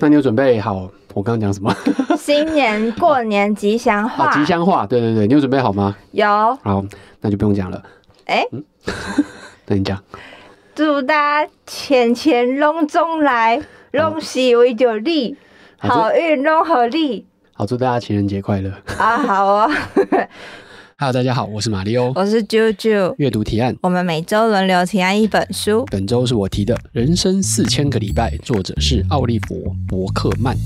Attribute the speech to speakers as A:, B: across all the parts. A: 那你有准备好我刚刚讲什 么？
B: 新年过年吉祥话，
A: 啊，吉祥话，对对对，你有准备好吗？
B: 有
A: 好，那就不用讲了。
B: 哎、
A: 那你讲，
B: 祝大家钱钱拢中来，拢喜为久利，
A: 好这
B: 好运拢合 力
A: 好，祝大家情人节快乐。
B: 啊！好哦，
A: Hello，大家好，我是马里欧。
B: 我是啾啾，
A: 阅读提案，
B: 我们每周轮流提案一本书。
A: 本周是我提的《人生四千个礼拜》，作者是奥利弗·伯克曼。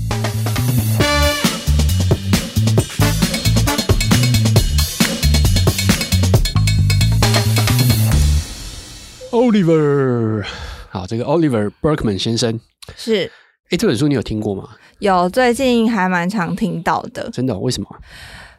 A: Oliver，好，这个 Oliver Berkman 先生，
B: 是
A: 哎，这本书你有听过吗？
B: 有最近还蛮常听到的，
A: 真的哦、为什么？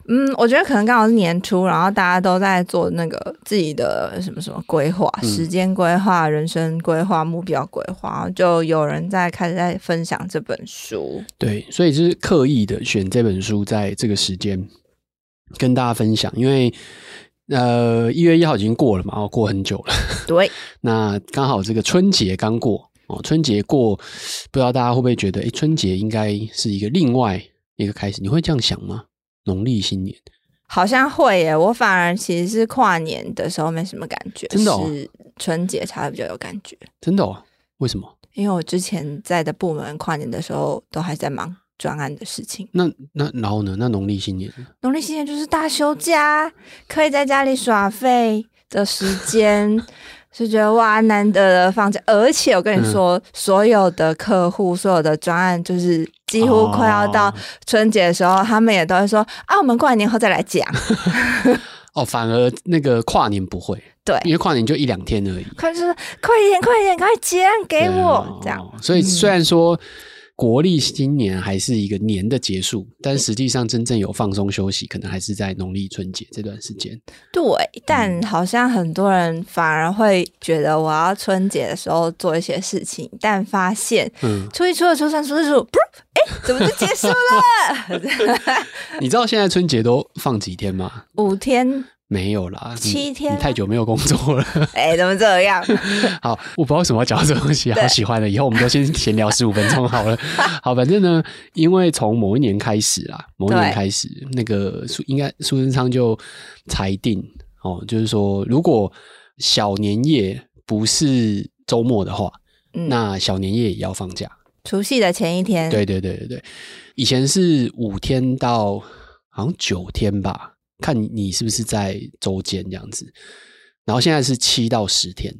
B: 嗯，我觉得可能刚好是年初，然后大家都在做那个自己的什么什么规划、时间规划、人生规划、目标规划，就有人在开始在分享这本书。
A: 对，所以就是刻意的选这本书在这个时间跟大家分享，因为呃一月一号已经过了嘛，哦，过很久了。
B: 对，
A: 那刚好这个春节刚过哦，春节过，不知道大家会不会觉得，哎，春节应该是一个另外一个开始？你会这样想吗？农历新年
B: 好像会耶，我反而其实是跨年的时候没什么感觉，
A: 真的哦
B: 是春节才会比较有感觉，
A: 真的哦？为什么？
B: 因为我之前在的部门跨年的时候都还在忙专案的事情。
A: 那那然后呢？那农历新年呢
B: 农历新年就是大休假，可以在家里耍废的时 间，就觉得哇，难得的放假。而且我跟你说，
A: 嗯
B: 所有的客户、所有的专案，就是几乎快要到
A: 哦
B: 春节的时候，他们也都会说啊，我们过完年后再来讲。
A: 哦，反而那个跨年不会，
B: 对，
A: 因为跨年就一两天而已。
B: 快就是快一点，快一点，赶快结案给我，这样。
A: 哦所以
B: 嗯
A: 虽然说。国历新年还是一个年的结束，但实际上真正有放松休息，可能还是在农历春节这段时间。
B: 对，但好像很多人反而会觉得我要春节的时候做一些事情，但发现
A: 嗯，
B: 初一、初二、初三、初四、初五，噗哎，怎么就结 束了？
A: 你知道现在春节都放几天吗？
B: 五天，
A: 没有啦，你
B: 七天啊
A: 你太久没有工作了。
B: 哎，怎么这 样？
A: 好，我不知道为什么要讲到这东西，好喜欢的。以后我们就先闲聊十五分钟 好了。好，反正呢，因为从某一年开始啦，某一年
B: 对
A: 开始，那个苏应该苏贞昌就裁定哦，就是说，如果小年夜不是周末的话，
B: 嗯
A: 那小年夜也要放假。
B: 除夕的前一天，
A: 对对对对对，以前是五天到好像九天吧，看你你是不是在周间这样子。然后现在是七到十天，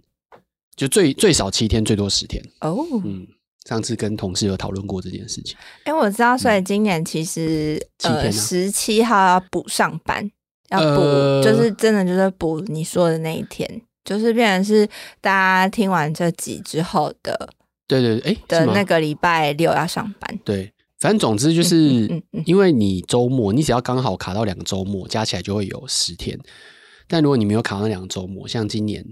A: 就最最少七天，最多十天。
B: 哦，
A: 嗯，上次跟同事有讨论过这件事情。
B: 哎，我知道，所以今年其实
A: 嗯七天啊
B: 呃十七号要补上班，要补，
A: 呃
B: 就是真的就是补你说的那一天，就是变成是大家听完这集之后的
A: 对对对，哎，
B: 的
A: 是吗
B: 那个礼拜六要上班，
A: 对，反正总之就
B: 嗯
A: 是，
B: 嗯嗯
A: 因为你周末，你只要刚好卡到两个周末，加起来就会有十天。但如果你没有卡到两个周末，像今年，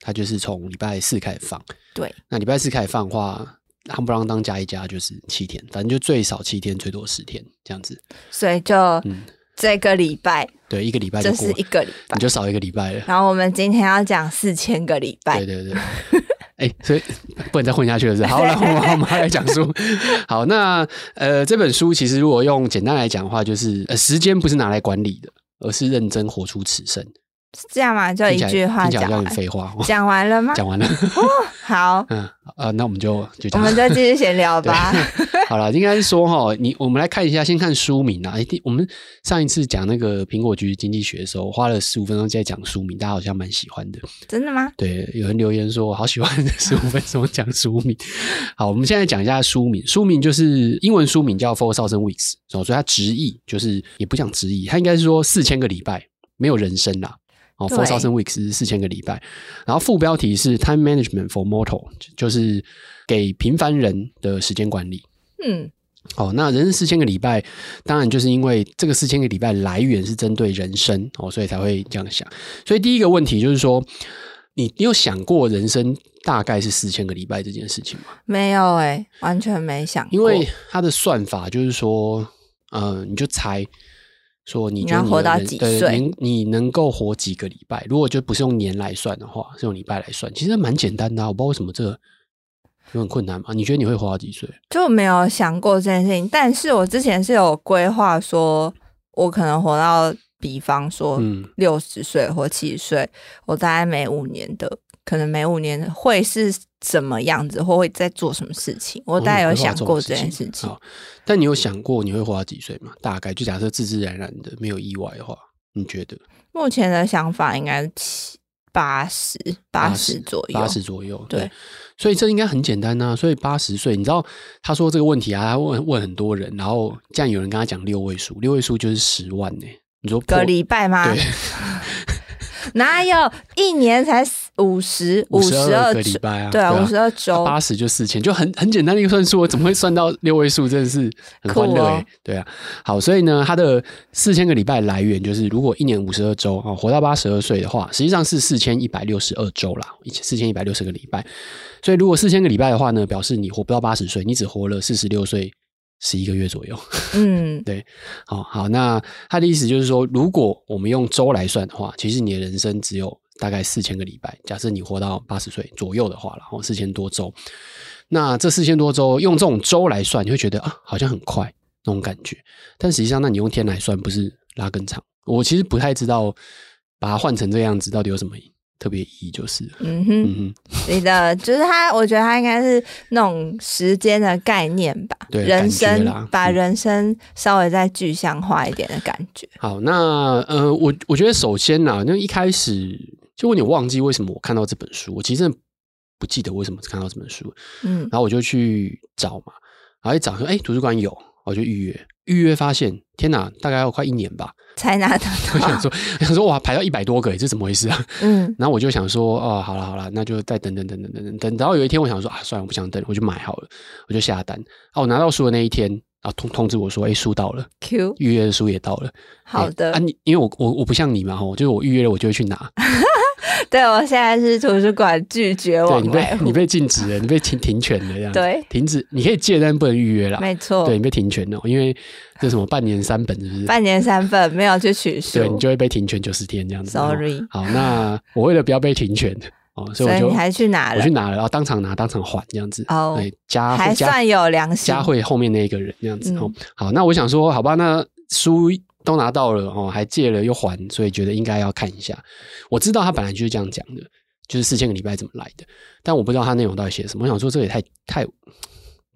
A: 它就是从礼拜四开始放。
B: 对，
A: 那礼拜四开始放的话，夯不啷当加一加就是七天，反正就最少七天，最多十天这样子。
B: 所以就
A: 嗯
B: 这个礼拜
A: 对，一个礼拜就
B: 这
A: 过
B: 是
A: 了，
B: 一个礼拜
A: 你，就少一个礼拜了。
B: 然后我们今天要讲四千个礼拜
A: 对，对对。哎、所以不能再混下去了是？好，那我们我们来讲书。好，那呃，这本书其实如果用简单来讲的话，就是呃，时间不是拿来管理的，而是认真活出此生。
B: 是这样嘛？就呃一
A: 听起来
B: 句话
A: 听起来好像
B: 讲完
A: 很，废话。哦
B: 讲完了吗？
A: 讲完了，
B: 好，
A: 嗯呃，那我们就就
B: 我
A: 讲。
B: 们就继续闲聊 吧。
A: 好了，应该是说哈，你我们来看一下，先看书名啊。哎，第我们上一次讲那个苹果局经济学的时候，花了十五分钟在讲书名，大家好像蛮喜欢的。
B: 真的吗？
A: 对，有人留言说好喜欢十五分钟讲书名。好，我们现在讲一下书名，书名就是英文书名叫 Four Thousand Weeks，哦所以它直译就是也不讲直译，它应该是说四千个礼拜，没有人生啦。哦
B: 对
A: ，Four Thousand Weeks 是四千个礼拜，然后副标题是 Time Management for Mortal，就是给平凡人的时间管理。
B: 嗯，
A: 哦，那人生四千个礼拜，当然就是因为这个四千个礼拜来源是针对人生哦，所以才会这样想。所以第一个问题就是说，你你有想过人生大概是四千个礼拜这件事情吗？
B: 没有哎、完全没想过。
A: 因为它的算法就是说，呃，你就猜说你觉得
B: 你要活
A: 的
B: 到
A: 人
B: 几
A: 对
B: 岁
A: 你你能够活几个礼拜？如果就不是用年来算的话，是用礼拜来算，其实蛮简单的、啊。我不知道为什么这个有很困难吗？你觉得你会活到几岁？
B: 就没有想过这件事情。但是我之前是有规划，说我可能活到，比方说
A: 嗯
B: 六十岁或七十岁，我大概每五年的，可能每五年会是怎么样子，或会在做什么事情。
A: 哦
B: 我哦大概有想过这件事情。
A: 好，但你有想过你会活到几岁吗？大概就假设自自然然的，没有意外的话，你觉得
B: 目前的想法应该是七八十八十左右，
A: 八十左右，
B: 对
A: 对，所以这应该很简单呐、啊所以八十岁，你知道他说这个问题啊，他问问很多人，然后竟然有人跟他讲六位数，六位数就是十万呢、你说破
B: 个礼拜吗？
A: 对
B: 哪有一年才五十
A: 五十
B: 十
A: 二
B: 二
A: 个礼拜啊，
B: 对啊，五十二周，
A: 八十就四千，就很很简单的一个算术，怎么会算到六位数？真的是很欢乐、
B: 酷
A: 欸
B: 哦
A: 对啊，好，所以呢，它的四千个礼拜来源就是，如果一年五十二周啊，活到八十二岁的话，实际上是四千一百六十二周啦，四千一百六十个礼拜。所以如果四千个礼拜的话呢，表示你活不到八十岁，你只活了四十六岁十一个月左右。
B: 嗯，
A: 好好，那他的意思就是说，如果我们用周来算的话，其实你的人生只有大概四千个礼拜。假设你活到八十岁左右的话，然后四千多周，那这四千多周用这种周来算，你会觉得啊，好像很快那种感觉。但实际上，那你用天来算，不是拉更长？我其实不太知道把它换成这样子到底有什么特别意义，就是了
B: 嗯哼，
A: 嗯哼，
B: 你的就是他，我觉得他应该是那种时间的概念吧，
A: 对
B: 人
A: 感觉
B: 生
A: 啦
B: 把
A: 嗯
B: 人生稍微再具象化一点的感觉。
A: 好，那呃，我我觉得首先呐、那一开始就我有点忘记为什么我看到这本书，我其实真的不记得为什么看到这本书，
B: 嗯，
A: 然后我就去找嘛，然后一找说，哎，图书馆有，我就预约，预约发现，天哪，大概要快一年吧，
B: 才拿得
A: 我
B: 到
A: 想。说， 想说哇，排到一百多个，这怎么回事啊？
B: 嗯
A: 然后我就想说，哦，好了好了，那就再等等等等等等等。然后有一天我想说啊，算了，我不想等，我就买好了，我就下单。啊，我拿到书的那一天啊，通通知我说，哎，书到了，
B: ，Q
A: 预约的书也到了。
B: 好
A: 欸
B: 的，
A: 啊你，因为我我我不像你嘛吼，就是我预约了我就会去 拿，
B: 对我现在是图书馆拒绝
A: 对
B: 往
A: 你
B: 来
A: 被
B: 户
A: 你，被禁止了，你被停停权了这样，，
B: 对，
A: 停止你可以借，但不能预约啦，
B: 没错
A: 对，你被停权了，因为这什么半年三本是不是？
B: 半年三份没有去取
A: 对你
B: 书
A: 就会被停权九十天这样子。
B: ，sorry，
A: 哦好，那我为了不要被停权哦，所以
B: 所
A: 我
B: 以
A: 就
B: 你还去拿
A: 我
B: 了
A: 去，拿了，然后当场拿当场还这样子，
B: 哦
A: 对，加
B: 还
A: 加
B: 算有良心
A: 佳。慧后面那一个人这样子、哦
B: 嗯。
A: 好，那我想说，好吧，那书都拿到了哦，还借了又还，所以觉得应该要看一下。我知道他本来就是这样讲的，就是四千个礼拜怎么来的，但我不知道他内容到底写什么。我想说，这也太太。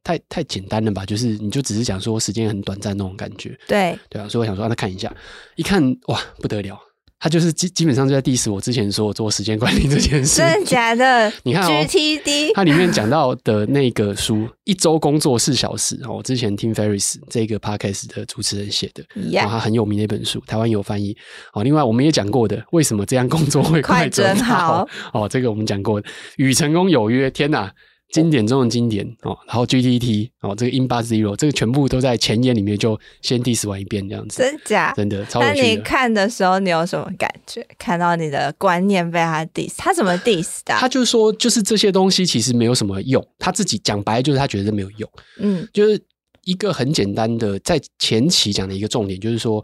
A: 太太简单了吧？就是你就只是讲说时间很短暂那种感觉，
B: 对，
A: 对啊，所以我想说让他看一下，一看哇不得了，他就是基基本上就在 diss 我之前说我做时间管理这件事，
B: 真的假的？
A: 你看哦
B: GTD，
A: 它里面讲到的那个书《一周工作四小时》哦，我之前听 Ferris 这个 podcast 的主持人写的，然后
B: 呀，
A: 他很有名的一本书，台湾有翻译。哦，另外我们也讲过的，为什么这样工作会 快
B: 快
A: 准
B: 准好，
A: 哦，这个我们讲过的，《与成功有约》，天哪！经典中的经典哦，然后 GTT 哦，这个 In Bar Zero，这个全部都在前言里面就先 diss 完一遍这样子，
B: 真假？
A: 真的超
B: 那
A: 有趣
B: 你
A: 的。
B: 看啊的时候，你有什么感觉？看到你的观念被他 diss，他怎么 diss 的啊、
A: 他就说，就是这些东西其实没有什么用，他自己讲白就是他觉得没有用。
B: 嗯
A: 就是一个很简单的，在前期讲的一个重点，就是说，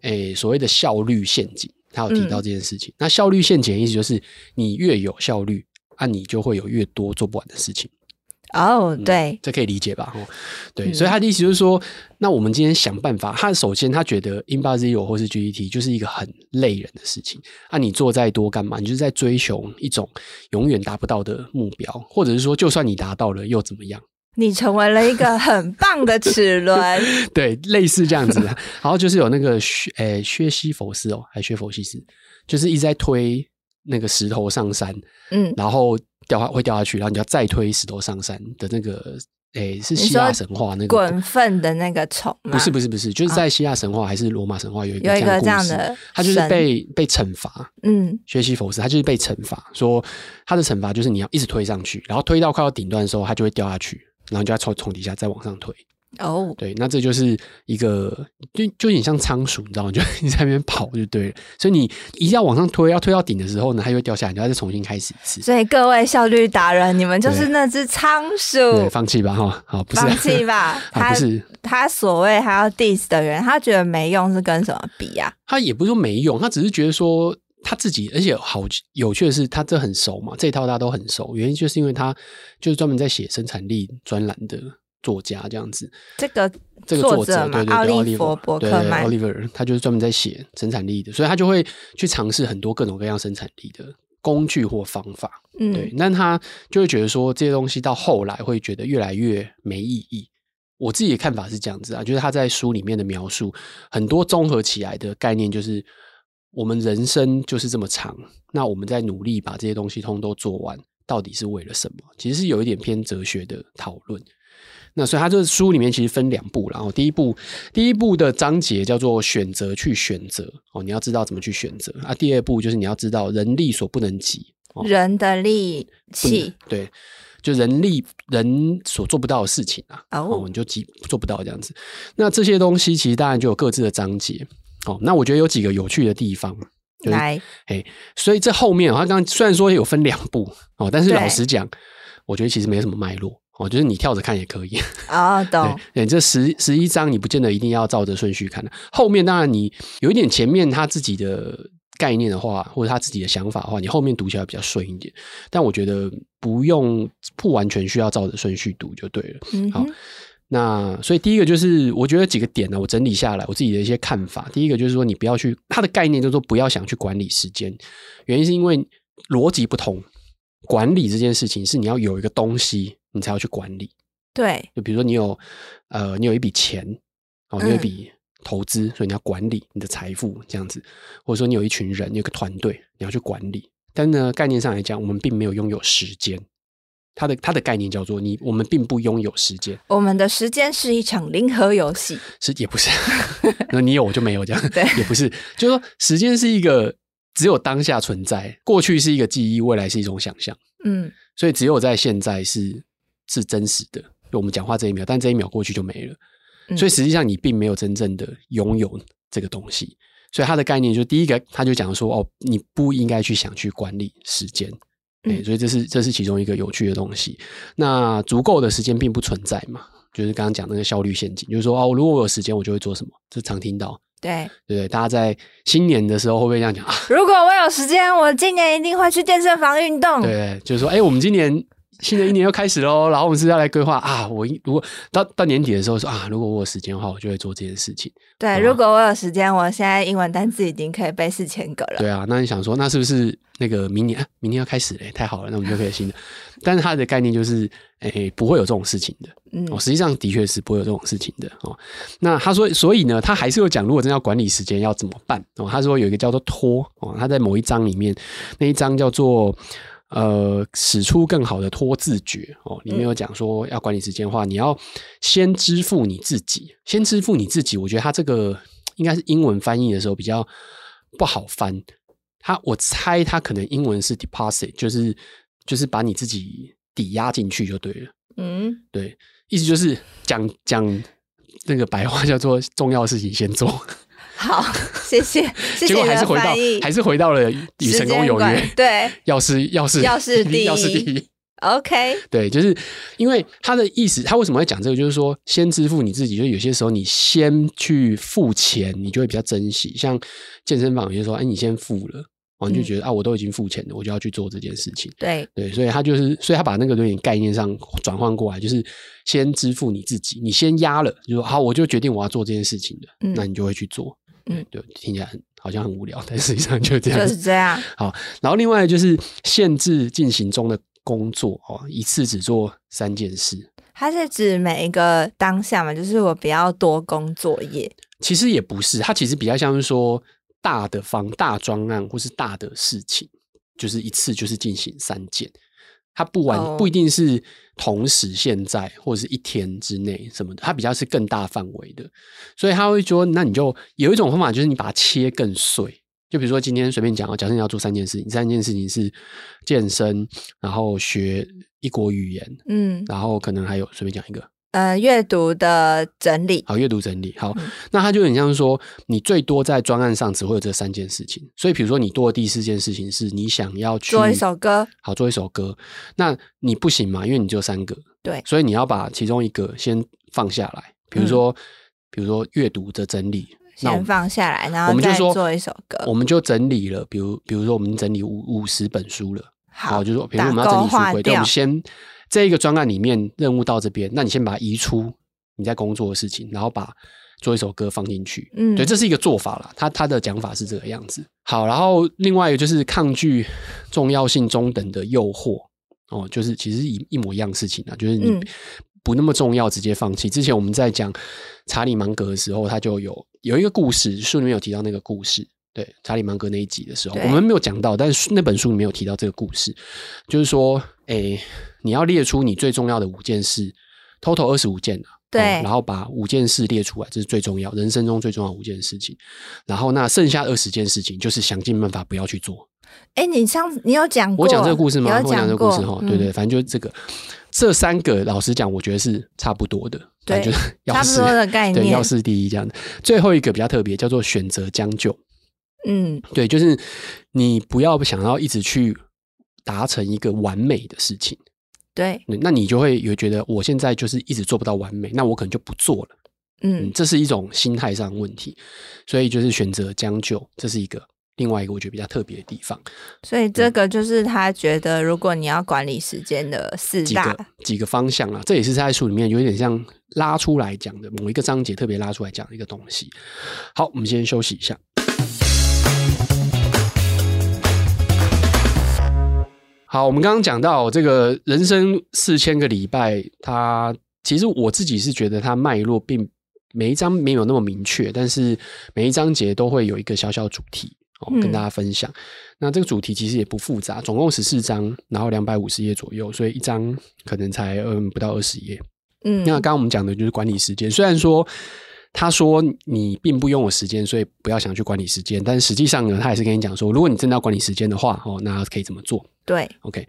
A: 诶、所谓的效率陷阱，他有提到这件事情。那效率陷阱的意思就是，你越有效率，啊，你就会有越多做不完的事情。
B: 哦，
A: 嗯
B: 对，
A: 这可以理解吧？哦，对，
B: 嗯
A: 所以他的意思就是说，那我们今天想办法。他首先他觉得 In b a z i o 或是 GET 就是一个很累人的事情。啊，你做再多干嘛？你就是在追求一种永远达不到的目标，或者是说，就算你达到了又怎么样？
B: 你成为了一个很棒的齿 轮，
A: 对，类似这样 子。然后就是有那个薛，诶、薛西佛斯哦，还是薛佛西斯，就是一直在推那个石头上山，
B: 嗯，
A: 然后掉下会掉下去，然后你要再推石头上山的那个，诶、是
B: 你
A: 希腊
B: 说
A: 神话那个。
B: 滚粪的那个虫吗？
A: 不是不是不是，就是在希腊神话还是罗马神话有一个
B: 有一
A: 这样
B: 个这样
A: 故事
B: 的，
A: 他就是
B: 神
A: 被被惩罚，
B: 嗯
A: 学习佛斯，他就是被惩罚，说他的惩罚就是你要一直推上去，然后推到快要顶端的时候，他就会掉下去，然后你就要从从底下再往上推。
B: 哦，
A: 对，那这就是一个就就有点像仓鼠，你知道吗？ 就你在那边跑就对了。所以你一定要往上推，要推到顶的时候呢，它就会掉下来，你就要再重新开始一次。
B: 所以各位效率达人，你们就是那只仓
A: 对，
B: 鼠，
A: 放弃吧哈，好，不是、啊，
B: 哦 放弃吧。
A: 啊，
B: 他
A: 不是，
B: 他所谓他要 diss 的人，他觉得没用是跟什么比呀、啊
A: 他也不是说没用，他只是觉得说他自己，而且好有趣的是，他这很熟嘛，这一套大家都很熟，原因就是因为他就是专门在写生产力专栏的作家这样子。
B: 这个
A: 这个作
B: 者
A: 者
B: 嘛
A: 对，
B: 奥
A: 对对，
B: 利弗·伯
A: 对
B: 克曼，
A: Oliver，他就是专门在写生产力的，所以他就会去尝试很多各种各样生产力的工具或方法。对，
B: 嗯，
A: 那他就会觉得说这些东西到后来会觉得越来越没意义。我自己的看法是这样子啊，就是他在书里面的描述，很多综合起来的概念就是，我们人生就是这么长，那我们在努力把这些东西通都做完，到底是为了什么？其实是有一点偏哲学的讨论。那所以他这书里面其实分两部啦，然后哦第一部第一部的章节叫做选择去选择哦，你要知道怎么去选择啊。第二部就是你要知道人力所不能及哦，
B: 人的力气，
A: 对，就人力人所做不到的事情啊，哦，
B: 哦，
A: 你就急做不到这样子。那这些东西其实当然就有各自的章节哦。那我觉得有几个有趣的地方，就是
B: 来，
A: 所以这后面、哦、他刚刚虽然说有分两部哦，但是
B: 对
A: 老实讲，我觉得其实没什么脉络哦，就是你跳着看也可以。
B: 哦，懂，
A: 对，对这十十一章你不见得一定要照着顺序看的，后面当然你有一点前面他自己的概念的话，或者他自己的想法的话，你后面读起来比较顺一点。但我觉得不用不完全需要照着顺序读就对了。
B: 嗯
A: 好
B: 哼，
A: 那所以第一个就是，我觉得几个点呢、我整理下来我自己的一些看法。第一个就是说，你不要去它的概念，就是说不要想去管理时间，原因是因为逻辑不同。管理这件事情是你要有一个东西，你才要去管理。
B: 对，
A: 就比如说你有呃，你有一笔钱，哦，你有一笔投资，所以你要管理你的财富这样子，或者说你有一群人，你有个团队，你要去管理。但呢，概念上来讲，我们并没有拥有时间。它的它的概念叫做你，我们并不拥有时间，
B: 我们的时间是一场零和游戏，
A: 是也不是，那你有我就没有这样，
B: 对
A: 也不是，就是说时间是一个只有当下存在，过去是一个记忆，未来是一种想象。
B: 嗯，
A: 所以只有在现在是是真实的。就我们讲话这一秒，但这一秒过去就没了，
B: 嗯
A: 所以实际上你并没有真正的拥有这个东西。所以它的概念就第一个，他就讲说哦，你不应该去想去管理时间，对，
B: 嗯
A: 所以这是这是其中一个有趣的东西。那足够的时间并不存在嘛，就是刚刚讲那个效率陷阱，就是说哦，如果我有时间，我就会做什么，这常听到，
B: 对。
A: 对不对？大家在新年的时候会不会这样讲啊？
B: 如果我有时间，我今年一定会去健身房运动。
A: 对，就是说，哎、我们今年新的一年又开始喽，然后我们是要来规划啊。我一如果到到年底的时候说啊，如果我有时间的话，我就会做这件事情。
B: 对，
A: 嗯
B: 如果我有时间，我现在英文单字已经可以背四千个了。
A: 对啊，那你想说，那是不是那个明年、啊、明年要开始嘞？太好了，那我们就可以有新的。但是它的概念就是，哎、不会有这种事情的。
B: 嗯
A: 哦，实际上的确是不会有这种事情的哦。那他说，所以呢，他还是有讲，如果真的要管理时间要怎么办哦。他说有一个叫做拖哦，他在某一章里面那一章叫做呃，使出更好的拖字诀哦，里面有讲说要管理时间的话，你要先支付你自己，先支付你自己。我觉得他这个应该是英文翻译的时候比较不好翻，他我猜他可能英文是 deposit，就是就是把你自己抵押进去就对了。
B: 嗯，
A: 对，意思就是讲讲那个白话叫做重要的事情先做，
B: 好， 谢谢，谢
A: 结
B: 谢
A: 果
B: 你
A: 还是
B: 的
A: 回到
B: 翻译。
A: 还是回到了与
B: 时
A: 成功
B: 间
A: 有
B: 管
A: 约，
B: 对
A: 要是要是
B: 要事第一
A: 要事第一，
B: ，OK，
A: 对，就是因为他的意思，他为什么会讲这个，就是说先支付你自己，就是有些时候你先去付钱，你就会比较珍惜。像健身房有些时候，哎，你先付了，哦，你就
B: 嗯
A: 觉得、啊，我都已经付钱了，我就要去做这件事情。
B: 对，
A: 对，所以他就是，所以他把那个有点概念上转换过来，就是先支付你自己，你先压了，就说好，我就决定我要做这件事情了，
B: 嗯
A: 那你就会去做。
B: 嗯
A: 嗯，对，听起来很好像很无聊，但实际上就这样
B: 就
A: 子。
B: 是这样。
A: 然后另外就是限制进行中的工作哦，一次只做三件事，
B: 它是指每一个当下嘛，就是我不要多工作业。
A: 其实也不是，它其实比较像是说大的方大专案或是大的事情，就是一次就是进行三件，它不完、
B: 哦
A: 不一定是同时现在或者是一天之内什么的，它比较是更大范围的，所以他会说，那你就有一种方法就是你把它切更碎。就比如说今天随便讲啊，假设你要做三件事情，三件事情是健身，然后学一国语言，
B: 嗯，
A: 然后可能还有随便讲一个，
B: 呃，阅读的整理。
A: 好，阅读整理。好，
B: 嗯
A: 那它就很像是说，你最多在专案上只会有这三件事情。所以，比如说你多的第四件事情是你想要去
B: 做一首歌，
A: 好做一首歌，那你不行嘛，因为你只有三个，
B: 对，
A: 所以
B: 嗯
A: 你要把其中一个先放下来。比如说，比如说阅读的整理，那我
B: 先放下来，然
A: 我
B: 后
A: 们就
B: 再
A: 说
B: 做一首歌。
A: 我们就整理了，比如比如说我们整理五五十本书了，
B: 好，
A: 哦就说比如说我们
B: 打
A: 要整
B: 勾
A: 理书
B: 划
A: 柜，对，我
B: 掉
A: 们先这一个专案里面任务到这边，那你先把它移出你在工作的事情，然后把做一首歌放进去，
B: 嗯
A: 对，这是一个做法啦。他他的讲法是这个样子。好，然后另外一个就是抗拒重要性中等的诱惑哦，就是其实一一模一样的事情啊，就是你
B: 嗯
A: 不那么重要，直接放弃。之前我们在讲查理芒格的时候，他就有有一个故事，书里面有提到那个故事。对查理芒格那一集的时候，
B: 对
A: 我们没有讲到，但是那本书里面有提到这个故事，就是说，诶，你要列出你最重要的五件事，total 二十五件啊，
B: 对
A: 哦然后把五件事列出来，这是最重要，人生中最重要的五件事情。然后那剩下二十件事情，就是想尽办法不要去做。
B: 哎，你上次你有讲过，
A: 我讲这个故事吗？
B: 有
A: 我讲这个故
B: 过嗯
A: 事哈，对对，反正就是这个。这三个老实讲，我觉得是差不多的，
B: 对
A: 反正就是
B: 嗯差
A: 要
B: 不
A: 是
B: 多的概
A: 对
B: 念
A: 要。是第一这样的。最后一个比较特别，叫做选择将就。
B: 嗯，
A: 对，就是你不要想要一直去达成一个完美的事情，
B: 对，
A: 那你就会有觉得我现在就是一直做不到完美，那我可能就不做了。嗯
B: 嗯，
A: 这是一种心态上的问题，所以就是选择将就，这是一个另外一个我觉得比较特别的地方。
B: 所以这个就是他觉得，如果你要管理时间的四
A: 几
B: 大
A: 个，几个方向啊，这也是在书里面有点像拉出来讲的某一个章节特别拉出来讲的一个东西。好，我们先休息一下。好，我们刚刚讲到这个人生四千个礼拜，它其实我自己是觉得它脉络并每一章没有那么明确，但是每一章节都会有一个小小主题哦，跟
B: 嗯
A: 大家分享。那这个主题其实也不复杂，总共十四章，然后两百五十页左右，所以一章可能才嗯不到二十页。
B: 嗯，
A: 那刚刚我们讲的就是管理时间，虽然说他说你并不拥有时间，所以不要想去管理时间，但实际上呢，他也是跟你讲说，如果你真的要管理时间的话，哦，那可以怎么做？
B: 对，
A: OK，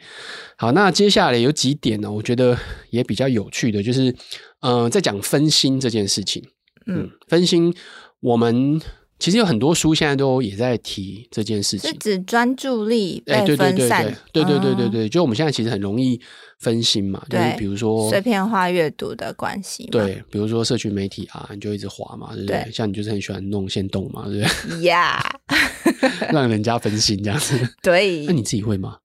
A: 好，那接下来有几点呢、我觉得也比较有趣的，就是，嗯、在讲分心这件事情。
B: 嗯，
A: 分心，我们其实有很多书现在都也在提这件事
B: 是
A: 情。
B: 指专注力
A: 哎，
B: 被
A: 对对
B: 分
A: 对
B: 散
A: 对，对对对对
B: 嗯
A: 对，就我们现在其实很容易分心嘛，就是
B: 对
A: 比如说
B: 哦碎片化阅读的关系嘛，
A: 对，比如说社群媒体啊，你就一直滑嘛，对不对？
B: 对
A: 像你就是很喜欢弄线动嘛，对 不
B: 呀，
A: 对？让人家分心这样子。
B: 对
A: 那，你自己会吗？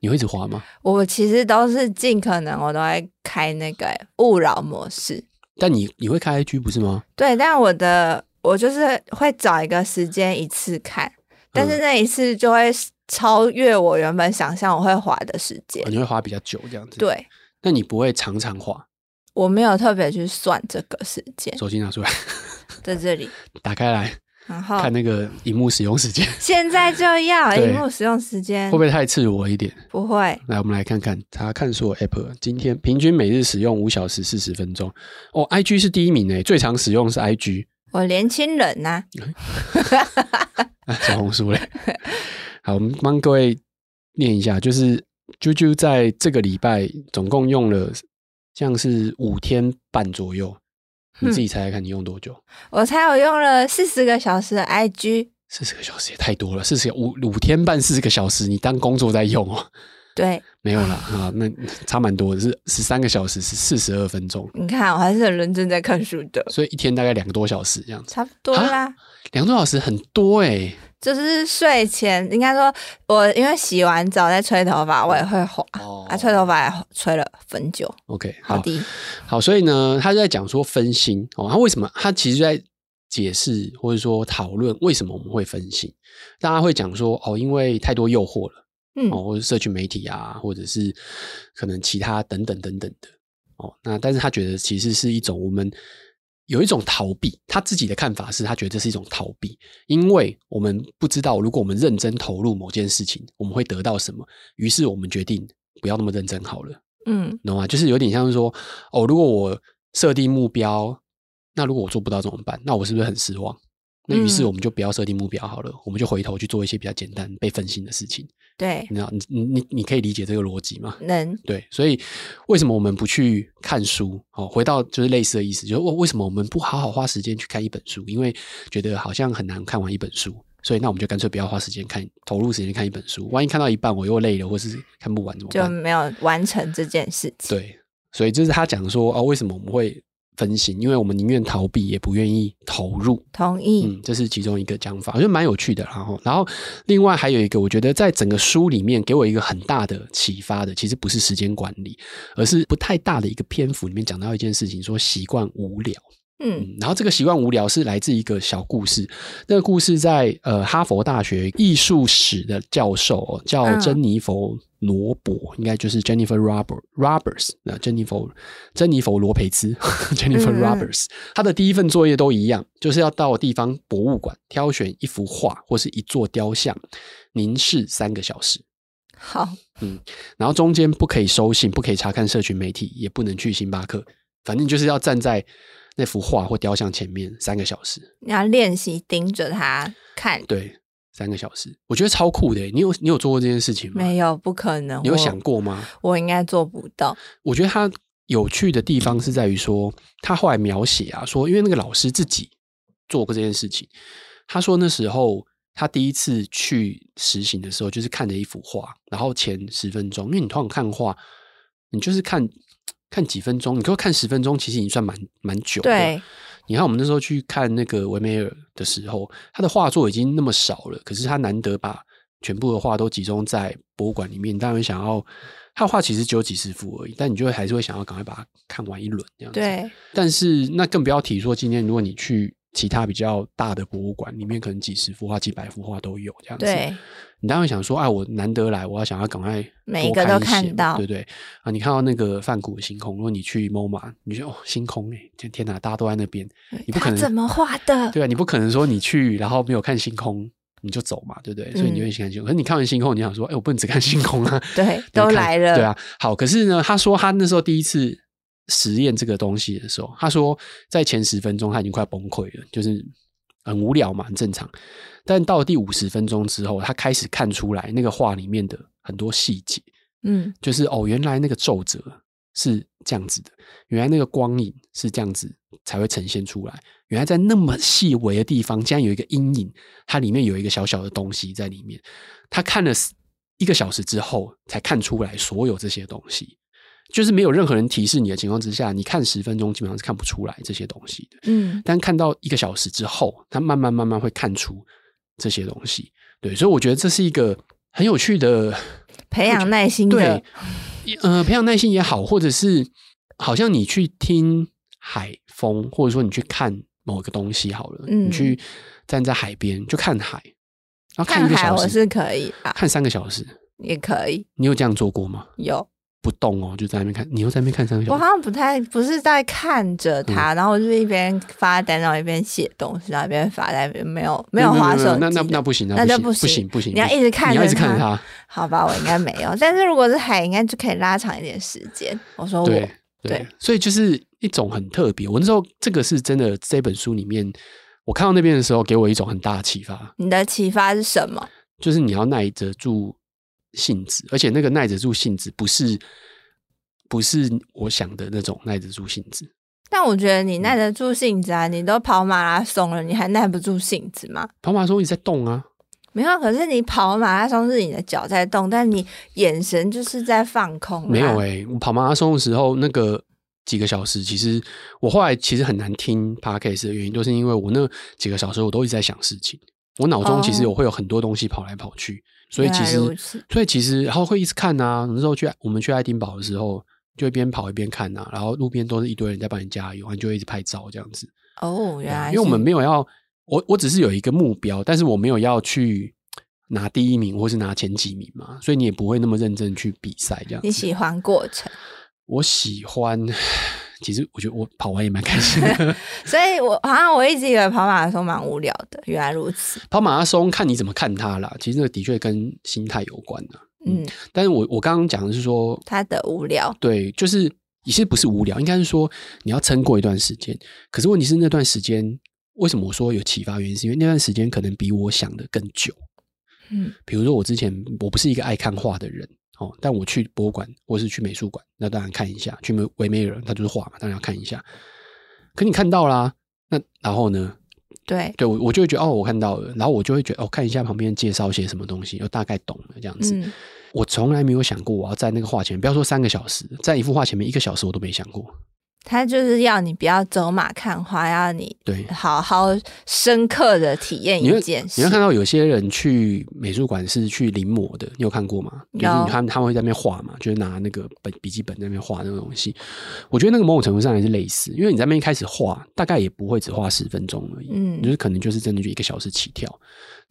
A: 你会一直滑吗？
B: 我其实都是尽可能我都会开那个哎勿扰模式，
A: 但你你会开 IG 不是吗？
B: 对，但我的我就是会找一个时间一次看，但
A: 嗯
B: 是那一次就会超越我原本想象我会滑的时间
A: 哦，你会滑比较久这样子。，
B: 对。
A: 那你不会常常滑？
B: 我没有特别去算这个时 间
A: 手机拿出来，
B: 在这里，
A: 打开来
B: 然后
A: 看那个荧幕使用时间，
B: 现在就要
A: 对
B: 荧幕使用时间
A: 会不会太赤裸一点？
B: 不会
A: 来，我们来看看查看所有 App 今天平均每日使用五小时四十分钟。哦，IG 是第一名诶，最常使用是 IG，
B: 我年轻人呐、
A: 啊小红书嘞。好，我们帮各位念一下，就是啾啾在这个礼拜总共用了像是五天半左右，你
B: 嗯
A: 自己猜猜看你用多久？
B: 我猜我用了四十个小时的 IG，
A: 四十个小时也太多了，四十五五天半四十个小时，你当工作在用哦。
B: 对，
A: 没有啦，啊，那差蛮多的，是十三个小时，是四十二分钟，
B: 你看我还是很认真在看书的，
A: 所以一天大概两个多小时这样子，
B: 差不多
A: 啊
B: 啦。
A: 两个多小时很多哎、
B: 就是睡前，应该说，我因为洗完澡再吹头发，我也会滑，
A: 哦
B: 啊，吹头发也吹了很久，
A: OK，
B: 好
A: 好
B: 的，
A: 好，所以呢，他就在讲说分心哦，他为什么他其实在解释或者说讨论为什么我们会分心，大家会讲说哦，因为太多诱惑了。
B: 嗯，
A: 哦，或者社群媒体啊，或者是可能其他等等等等的哦。那但是他觉得其实是一种我们有一种逃避，他自己的看法是他觉得这是一种逃避，因为我们不知道如果我们认真投入某件事情，我们会得到什么，于是我们决定不要那么认真好了，
B: 嗯，
A: 懂吗？就是有点像是说哦，如果我设定目标，那如果我做不到怎么办？那我是不是很失望？那于是
B: 嗯
A: 我们就不要设定目标好了，我们就回头去做一些比较简单被分心的事情。
B: 对，
A: 你知道，你你你你可以理解这个逻辑吗？
B: 能，
A: 对，所以为什么我们不去看书？哦，回到就是类似的意思，就是为为什么我们不好好花时间去看一本书？因为觉得好像很难看完一本书，所以那我们就干脆不要花时间看，投入时间看一本书。万一看到一半我又累了，或是看不完怎么
B: 就
A: 办？
B: 没有完成这件事情，
A: 对，所以这是他讲说哦，为什么我们会分心，因为我们宁愿逃避，也不愿意投入。
B: 同意，
A: 嗯，这是其中一个讲法，我觉得蛮有趣的啦。然后，然后另外还有一个，我觉得在整个书里面给我一个很大的启发的，其实不是时间管理，而是不太大的一个篇幅里面讲到一件事情，说习惯无聊。
B: 嗯
A: 嗯，然后这个习惯无聊是来自一个小故事，那个故事在呃哈佛大学艺术史的教授、哦、叫
B: 嗯
A: 珍妮佛罗伯，应该就是 Jennifer Robert Roberts，那珍妮佛珍妮佛罗培兹 Jennifer
B: 嗯嗯
A: Roberts，他的第一份作业都一样，就是要到地方博物馆挑选一幅画或是一座雕像，凝视三个小时。
B: 好，
A: 然后中间不可以收信，不可以查看社群媒体，也不能去星巴克，反正就是要站在那幅画或雕像前面三个小时。
B: 你要练习盯着它看，
A: 对，三个小时，我觉得超酷的耶。欸你有你有做过这件事情吗？
B: 没有不可能，
A: 你有
B: 我
A: 想过吗？
B: 我应该做不到。
A: 我觉得他有趣的地方是在于说，他后来描写啊，说因为那个老师自己做过这件事情，他说那时候他第一次去实行的时候，就是看着一幅画，然后前十分钟，因为你通常看画，你就是看看几分钟，你给我看十分钟，其实已经算蛮蛮久的。
B: 对，
A: 你看，我们那时候去看那个维梅尔的时候，他的画作已经那么少了，可是他难得把全部的画都集中在博物馆里面，你当然想要他的画其实只有几十幅而已，但你就会还是会想要赶快把它看完一轮这样子。，
B: 对，
A: 但是那更不要提说今天如果你去其他比较大的博物馆，里面可能几十幅画、几百幅画都有这样子。
B: 对，
A: 你当然想说，哎，我难得来，我要想要赶快
B: 每一
A: 多
B: 个都
A: 看一些
B: 看到
A: 对不对？啊，你看到那个梵谷的星空，如果你去 MoMA，你就觉得哦，星空哎，天天哪，大家都在那边，你不可
B: 它
A: 能
B: 怎么画 的？
A: 对啊，你不可能说你去然后没有看星空你就走嘛，对不对？所以你就会看星空，可是你看完星空，你想说，哎，我不能只看星空啊，
B: 嗯对，
A: 你
B: 都
A: 看
B: 来了，
A: 对啊，好，可是呢，他说他那时候第一次实验这个东西的时候，他说在前十分钟他已经快崩溃了，就是很无聊嘛，很正常。但到了第五十分钟之后，他开始看出来那个画里面的很多细节，
B: 嗯，
A: 就是哦，原来那个皱褶是这样子的，原来那个光影是这样子才会呈现出来，原来在那么细微的地方，竟然有一个阴影，它里面有一个小小的东西在里面。他看了一个小时之后，才看出来所有这些东西。就是没有任何人提示你的情况之下，你看十分钟基本上是看不出来这些东西的。
B: 嗯，
A: 但看到一个小时之后，他慢慢慢慢会看出这些东西。对，所以我觉得这是一个很有趣的
B: 培养耐心
A: 对
B: 的，，
A: 呃，培养耐心也好，或者是好像你去听海风，或者说你去看某个东西好了，你
B: 嗯
A: 去站在海边就看海，然后看
B: 看
A: 一个
B: 海
A: 小
B: 我
A: 时，
B: 是可以啊，
A: 看三个小时，
B: 也可以
A: 你有这样做过吗？
B: 有。
A: 不动哦，就在那边看，你又在那边看三个小
B: 我
A: 时
B: 好，像不太不是在看着
A: 嗯
B: 他，然后我就是一边发呆，然后一边写东西，然后一边发呆，没有没有滑手机。
A: 那那那不行，
B: 那就
A: 不
B: 不
A: 行，
B: 行
A: 不行，
B: 你要
A: 不行
B: 一直看
A: 你要一
B: 着
A: 直看着
B: 它
A: 它，
B: 好吧，我应该没有。但是如果是海，应该就可以拉长一点时间。我说我
A: 对对
B: 哦对，
A: 所以就是一种很特别。我那时候这个是真的，这本书里面我看到那边的时候，给我一种很大的启发。
B: 你的启发是什么？
A: 就是你要耐得住性子，而且那个耐得住性子不是不是我想的那种耐得住性子。
B: 但我觉得你耐得住性子啊，你都跑马拉松了，你还耐不住性子吗？
A: 跑马说一直在动啊，
B: 没有，可是你跑马拉松是你的脚在动，但你眼神就是在放空、啊。
A: 没有欸诶、我跑马拉松的时候那个。几个小时，其实我后来其实很难听 podcast 的原因，就是因为我那几个小时我都一直在想事情，我脑中其实
B: 哦
A: 有会有很多东西跑来跑去，所以
B: 原
A: 其
B: 来
A: 实
B: 如此
A: 所以其实然后会一直看啊。那时候去我们去爱丁堡的时候，就一边跑一边看啊，然后路边都是一堆人在帮你加油，你就会一直拍照这样子。
B: 哦，原来
A: 因为我们
B: 是
A: 没有要，我我只是有一个目标，但是我没有要去拿第一名或是拿前几名嘛，所以你也不会那么认真去比赛这样
B: 你
A: 子。
B: 喜欢过程，
A: 我喜欢，其实我觉得我跑完也蛮开心的。
B: 所以我好像我一直以为跑马拉松蛮无聊的，原来如此。
A: 跑马拉松看你怎么看它啦，其实那个的确跟心态有关的、嗯
B: 嗯，
A: 但是我我刚刚讲的是说，
B: 他的无聊，
A: 对，就是其实不是无聊，应该是说你要撑过一段时间。可是问题是那段时间，为什么我说有启发原因，是因为那段时间可能比我想的更久。
B: 嗯
A: 比如说我之前我不是一个爱看画的人哦，但我去博物馆或是去美术馆，那当然看一下；去美维美尔，它就是画嘛，当然要看一下。可你看到啦，那然后呢？
B: 对，
A: 对我我就会觉得哦，我看到了，然后我就会觉得哦，看一下旁边介绍些什么东西，又大概懂了这样子。
B: 嗯，
A: 我从来没有想过我要在那个画前面，不要说三个小时，在一幅画前面一个小时我都没想过。
B: 他就是要你不要走马看花，要你
A: 对，
B: 好好深刻的体验
A: 你会
B: 一件
A: 你
B: 事
A: 会。看到有些人去美术馆是去临摹的，你有看过吗？就是
B: 有
A: 他们他们会在那边画嘛，就是拿那个本笔记本在那边画那个东西。我觉得那个某种程度上也是类似，因为你在那边一开始画，大概也不会只画十分钟而已，
B: 嗯
A: 就是可能就是真的就一个小时起跳。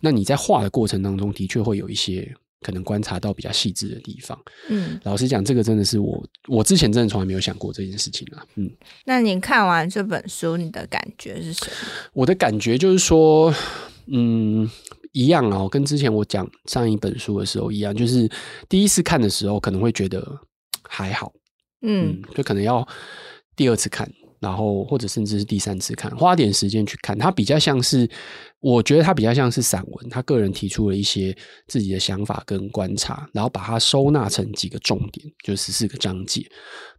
A: 那你在画的过程当中，的确会有一些可能观察到比较细致的地方。
B: 嗯，
A: 老实讲，这个真的是我我之前真的从来没有想过这件事情啊，嗯。
B: 那你看完这本书，你的感觉是什么？嗯
A: 我的感觉就是说，嗯，一样啊、哦，跟之前我讲上一本书的时候一样，就是第一次看的时候可能会觉得嘖还好，嗯
B: 嗯，，
A: 就可能要第二次看，然后或者甚至是第三次看，花点时间去看。它比较像是，我觉得它比较像是散文，他个人提出了一些自己的想法跟观察，然后把它收纳成几个重点，就是十四个章节。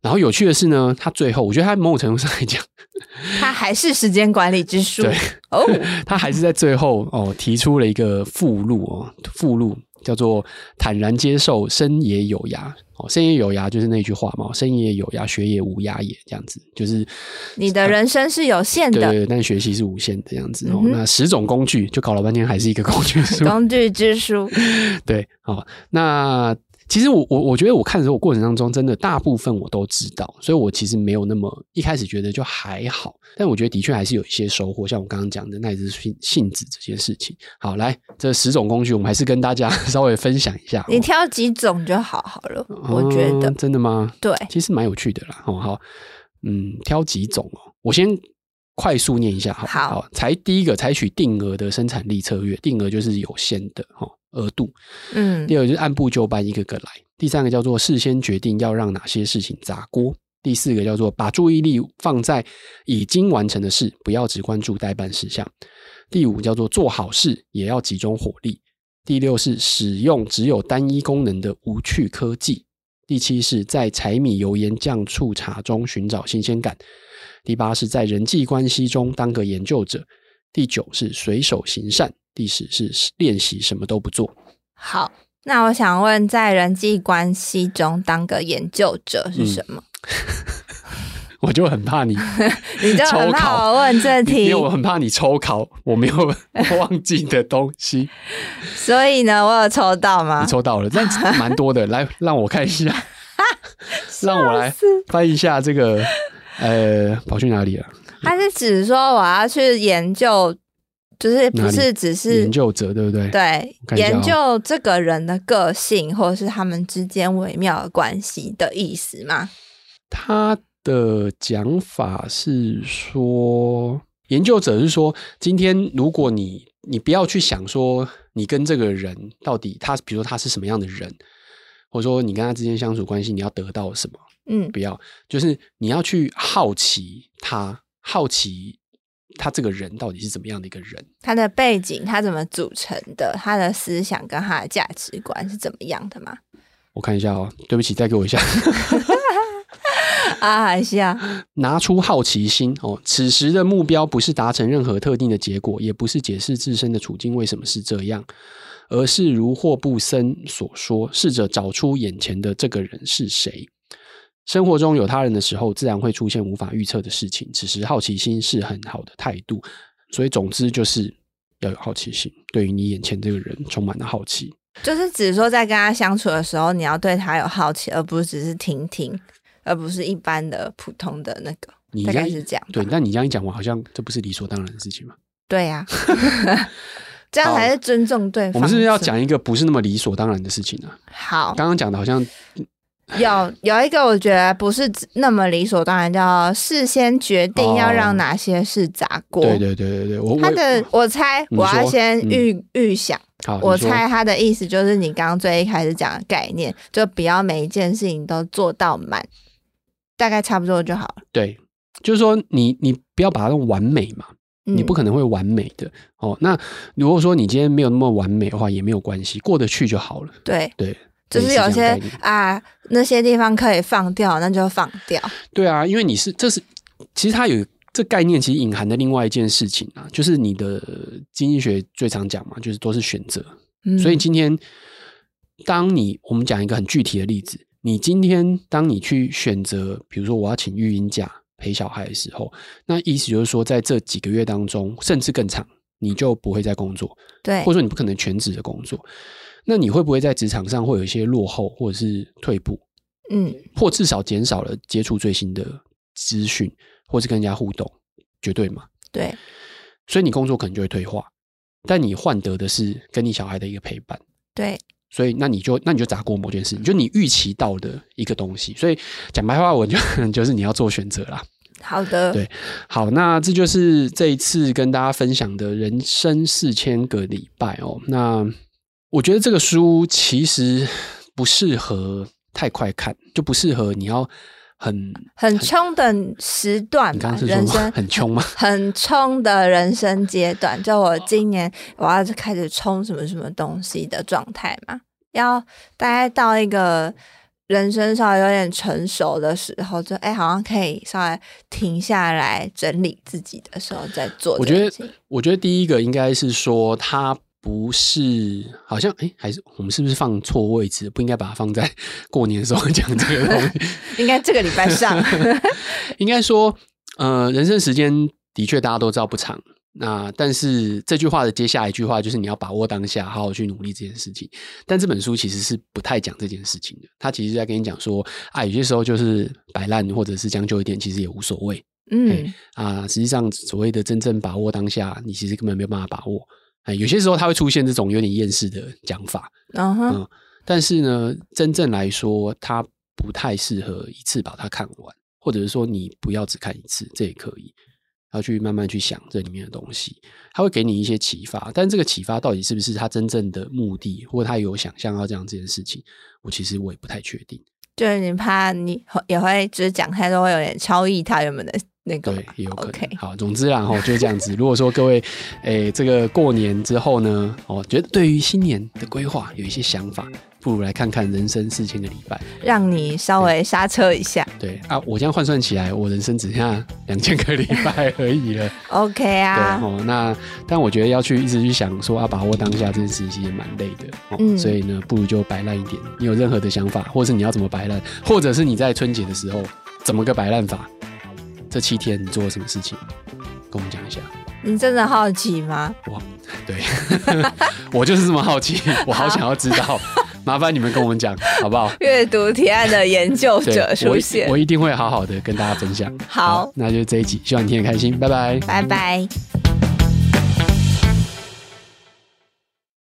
A: 然后有趣的是呢，他最后我觉得他某种程度上来讲，
B: 它还是时间管理之术
A: 对
B: 哦。
A: 他还是在最后哦提出了一个附录哦，附录叫做“坦然接受生也有涯”。哦，生也有涯就是那句话嘛，生也有涯，学也无涯也，这样子
B: 嗯
A: 就是啊
B: 你的人生是有限
A: 对对
B: 的，
A: 对，但学习是无限的这样子哦
B: 嗯。哼
A: 那十种工具就搞了半天，还是一个工具书。
B: 工具之 书。
A: 对，好，那其实我我我觉得我看的时候，我过程当中真的大部分我都知道，所以我其实没有那么一开始觉得就还好，但我觉得的确还是有一些收获，像我刚刚讲的耐知性性质这件事情。好，来这十种工具，我们还是跟大家 稍微分享一下。
B: 你挑几种就好好了，我觉得
A: 嗯真的吗？
B: 对。
A: 其实蛮有趣的啦。哦，好，嗯，挑几种哦，我先快速念一下好了，
B: 好
A: 采第一个采取定额的生产力策略，定额就是有限的哦，额度。
B: 嗯
A: 第二个就是按部就班，一个个来。第三个叫做事先决定要让哪些事情砸锅。第四个叫做把注意力放在已经完成的事，不要只关注待办事项。第五叫做做好事也要集中火力。第六是使用只有单一功能的无趣科技。第七是在柴米油盐酱醋茶中寻找新鲜感。第八是在人际关系中当个研究者。第九是随手行善。第十是练习什么都不做。
B: 好，那我想问，在人际关系中当个研究者
A: 嗯
B: 是什么？
A: 我就很怕你，
B: 你就很
A: 抽
B: 怕
A: 考
B: 我问 这
A: 因
B: 题
A: 为，我很怕 你抽考我没有 忘记的东西，
B: 所以呢，我有抽到吗
A: 你？抽到了，但蛮多的，来让我看一下， 让我来翻一下这个，呃，跑去哪里了？
B: 他是指说我要去研究，就是不
A: 哪
B: 是只是
A: 研究者对不对？
B: 对
A: 看一下哦
B: 研究这个人的个性，或者是他们之间微妙的关系的意思吗？
A: 他的讲法是说，研究者是说，今天如果你你不要去想说你跟这个人到底他，比如说他是什么样的人，或者说你跟他之间相处关系，你要得到什么。
B: 嗯
A: 不要，就是你要去好奇他，好奇他这个人到底是怎么样的一个人。
B: 他的背景，他怎么组成的，他的思想跟他的价值观是怎么样的吗？
A: 我看一下哦，对不起，再给我一下，
B: 啊，还是啊，
A: 拿出好奇心哦。此时的目标不是达成任何特定的结果，也不是解释自身的处境为什么是这样，而是如霍布森所说，试着找出眼前的这个人是谁。生活中有他人的时候，自然会出现无法预测的事情。此时好奇心是很好的态度，所以总之就是要有好奇心，对于你眼前这个人充满了好奇。
B: 就是只说在跟他相处的时候，你要对他有好奇，而不是只是听听，而不是一般的普通的那个，
A: 你
B: 大
A: 这
B: 概
A: 样
B: 是这样吧。
A: 对，但你这样一讲，我好像这不是理所当然的事情嘛？
B: 对呀、 这样才是尊重对方。
A: 我们是不是要？讲一个不是那么理所当然的事情啊呢、
B: 好，
A: 刚刚讲的好像
B: 有有一个我觉得不是那么理所当然，叫事先决定要让哪些事砸锅。
A: 哦对对对对对，我
B: 他
A: 我
B: 的我猜，
A: 你说嗯
B: 我要先预、预想，
A: 好，
B: 我
A: 你说
B: 猜他的意思就是你刚刚最一开始讲的概念，就不要每一件事情都做到满，大概差不多就好了。
A: 对，就是说你你不要把它弄完美嘛，
B: 嗯
A: 你不可能会完美的哦。那如果说你今天没有那么完美的话，也没有关系，过得去就好了。
B: 能对，
A: 对，
B: 就是
A: 类似这
B: 有
A: 样
B: 些
A: 概念
B: 啊那些地方可以放掉，那就放掉。
A: 对啊，因为你是这是其实它有这概念，其实隐含的另外一件事情啊，就是你的经济学最常讲嘛，就是都是选择。
B: 嗯，
A: 所以今天，当你我们讲一个很具体的例子，你今天当你去选择，比如说我要请育婴假，陪小孩的时候，那意思就是说，在这几个月当中，甚至更长，你就不会再工作，
B: 对
A: 或者说你不可能全职的工作。那你会不会在职场上会有一些落后，或者是退步，
B: 嗯，
A: 或至少减少了接触最新的资讯，或是跟人家互动？绝对嘛，
B: 对，
A: 所以你工作可能就会退化，但你换得的是跟你小孩的一个陪伴。
B: 对，
A: 所以那你就那你就砸锅某件事情，就你预期到的一个东西。所以讲白话文就 就是你要做选择啦。
B: 好的，
A: 对好，那这就是这一次跟大家分享的人生四千个礼拜哦。那我觉得这个书其实不适合太快看，就不适合你要很
B: 很冲的时段
A: 你刚
B: 吧，
A: 刚是
B: 人
A: 说
B: 生
A: 很穷吗？
B: 很冲的人生阶段，就我今年我要开始冲什么什么东西的状态嘛，要大概到一个人生稍微有点成熟的时候，就哎、好像可以稍微停下来整理自己的时候再做
A: 我
B: 这
A: 觉
B: 件
A: 得
B: 事情。
A: 我觉得第一个应该是说，它不是好像诶，还是我们是不是放错位置？不应该把它放在过年的时候讲这个东西。
B: 应该这个礼拜 上，
A: 应该说，呃，人生时间的确大家都知道不长。那但是这句话的接下一句话就是你要把握当下，好好去努力这件事情。但这本书其实是不太讲这件事情的，它其实在跟你讲说，啊，有些时候就是摆烂或者是将就一点，其实也无所谓。
B: 嗯，
A: 啊，实际上所谓的真正把握当下，你其实根本没有办法把握。哎，有些时候它会出现这种有点厌世的讲法，
B: 然后
A: 嗯但是呢，真正来说，它不太适合一次把它看完，或者是说你不要只看一次，这也可以，要去慢慢去想这里面的东西，它会给你一些启发。但这个启发到底是不是他真正的目的，或他有想象要这样这件事情，我其实我也不太确定。
B: 就是你怕你也会就是讲太多，会有点超意他原本的那个
A: 对
B: 嘛，
A: 也有可能。
B: OK，
A: 好，总之啦，吼，就是这样子。如果说各位，诶、这个过年之后呢，哦，觉得对于新年的规划有一些想法，不如来看看《人生四千个礼拜》。
B: 让你稍微刹车一下。
A: 对啊，我这样换算起来，我人生只剩下两千个礼拜而已了。
B: OK
A: 对
B: 啊，
A: 哦，那但我觉得要去一直去想说啊，把握当下这件事情其实也蛮累的哦，
B: 嗯
A: 所以呢，不如就摆烂一点。你有任何的想法，或是你要怎么摆烂，或者是你在春节的时候怎么个摆烂法，这七天你做了什么事情，跟我们讲一下。
B: 你真的好奇吗？
A: 对，我就是这么好 奇，我好想要知道，麻烦你们跟我们讲好不好？
B: 阅读提案的研究
A: 对
B: 者，
A: 我
B: 出
A: 一
B: 现
A: 我。一定会好好的跟大家分享。
B: 好
A: 那就这一集，希望你听得开心，拜拜。
B: 拜拜。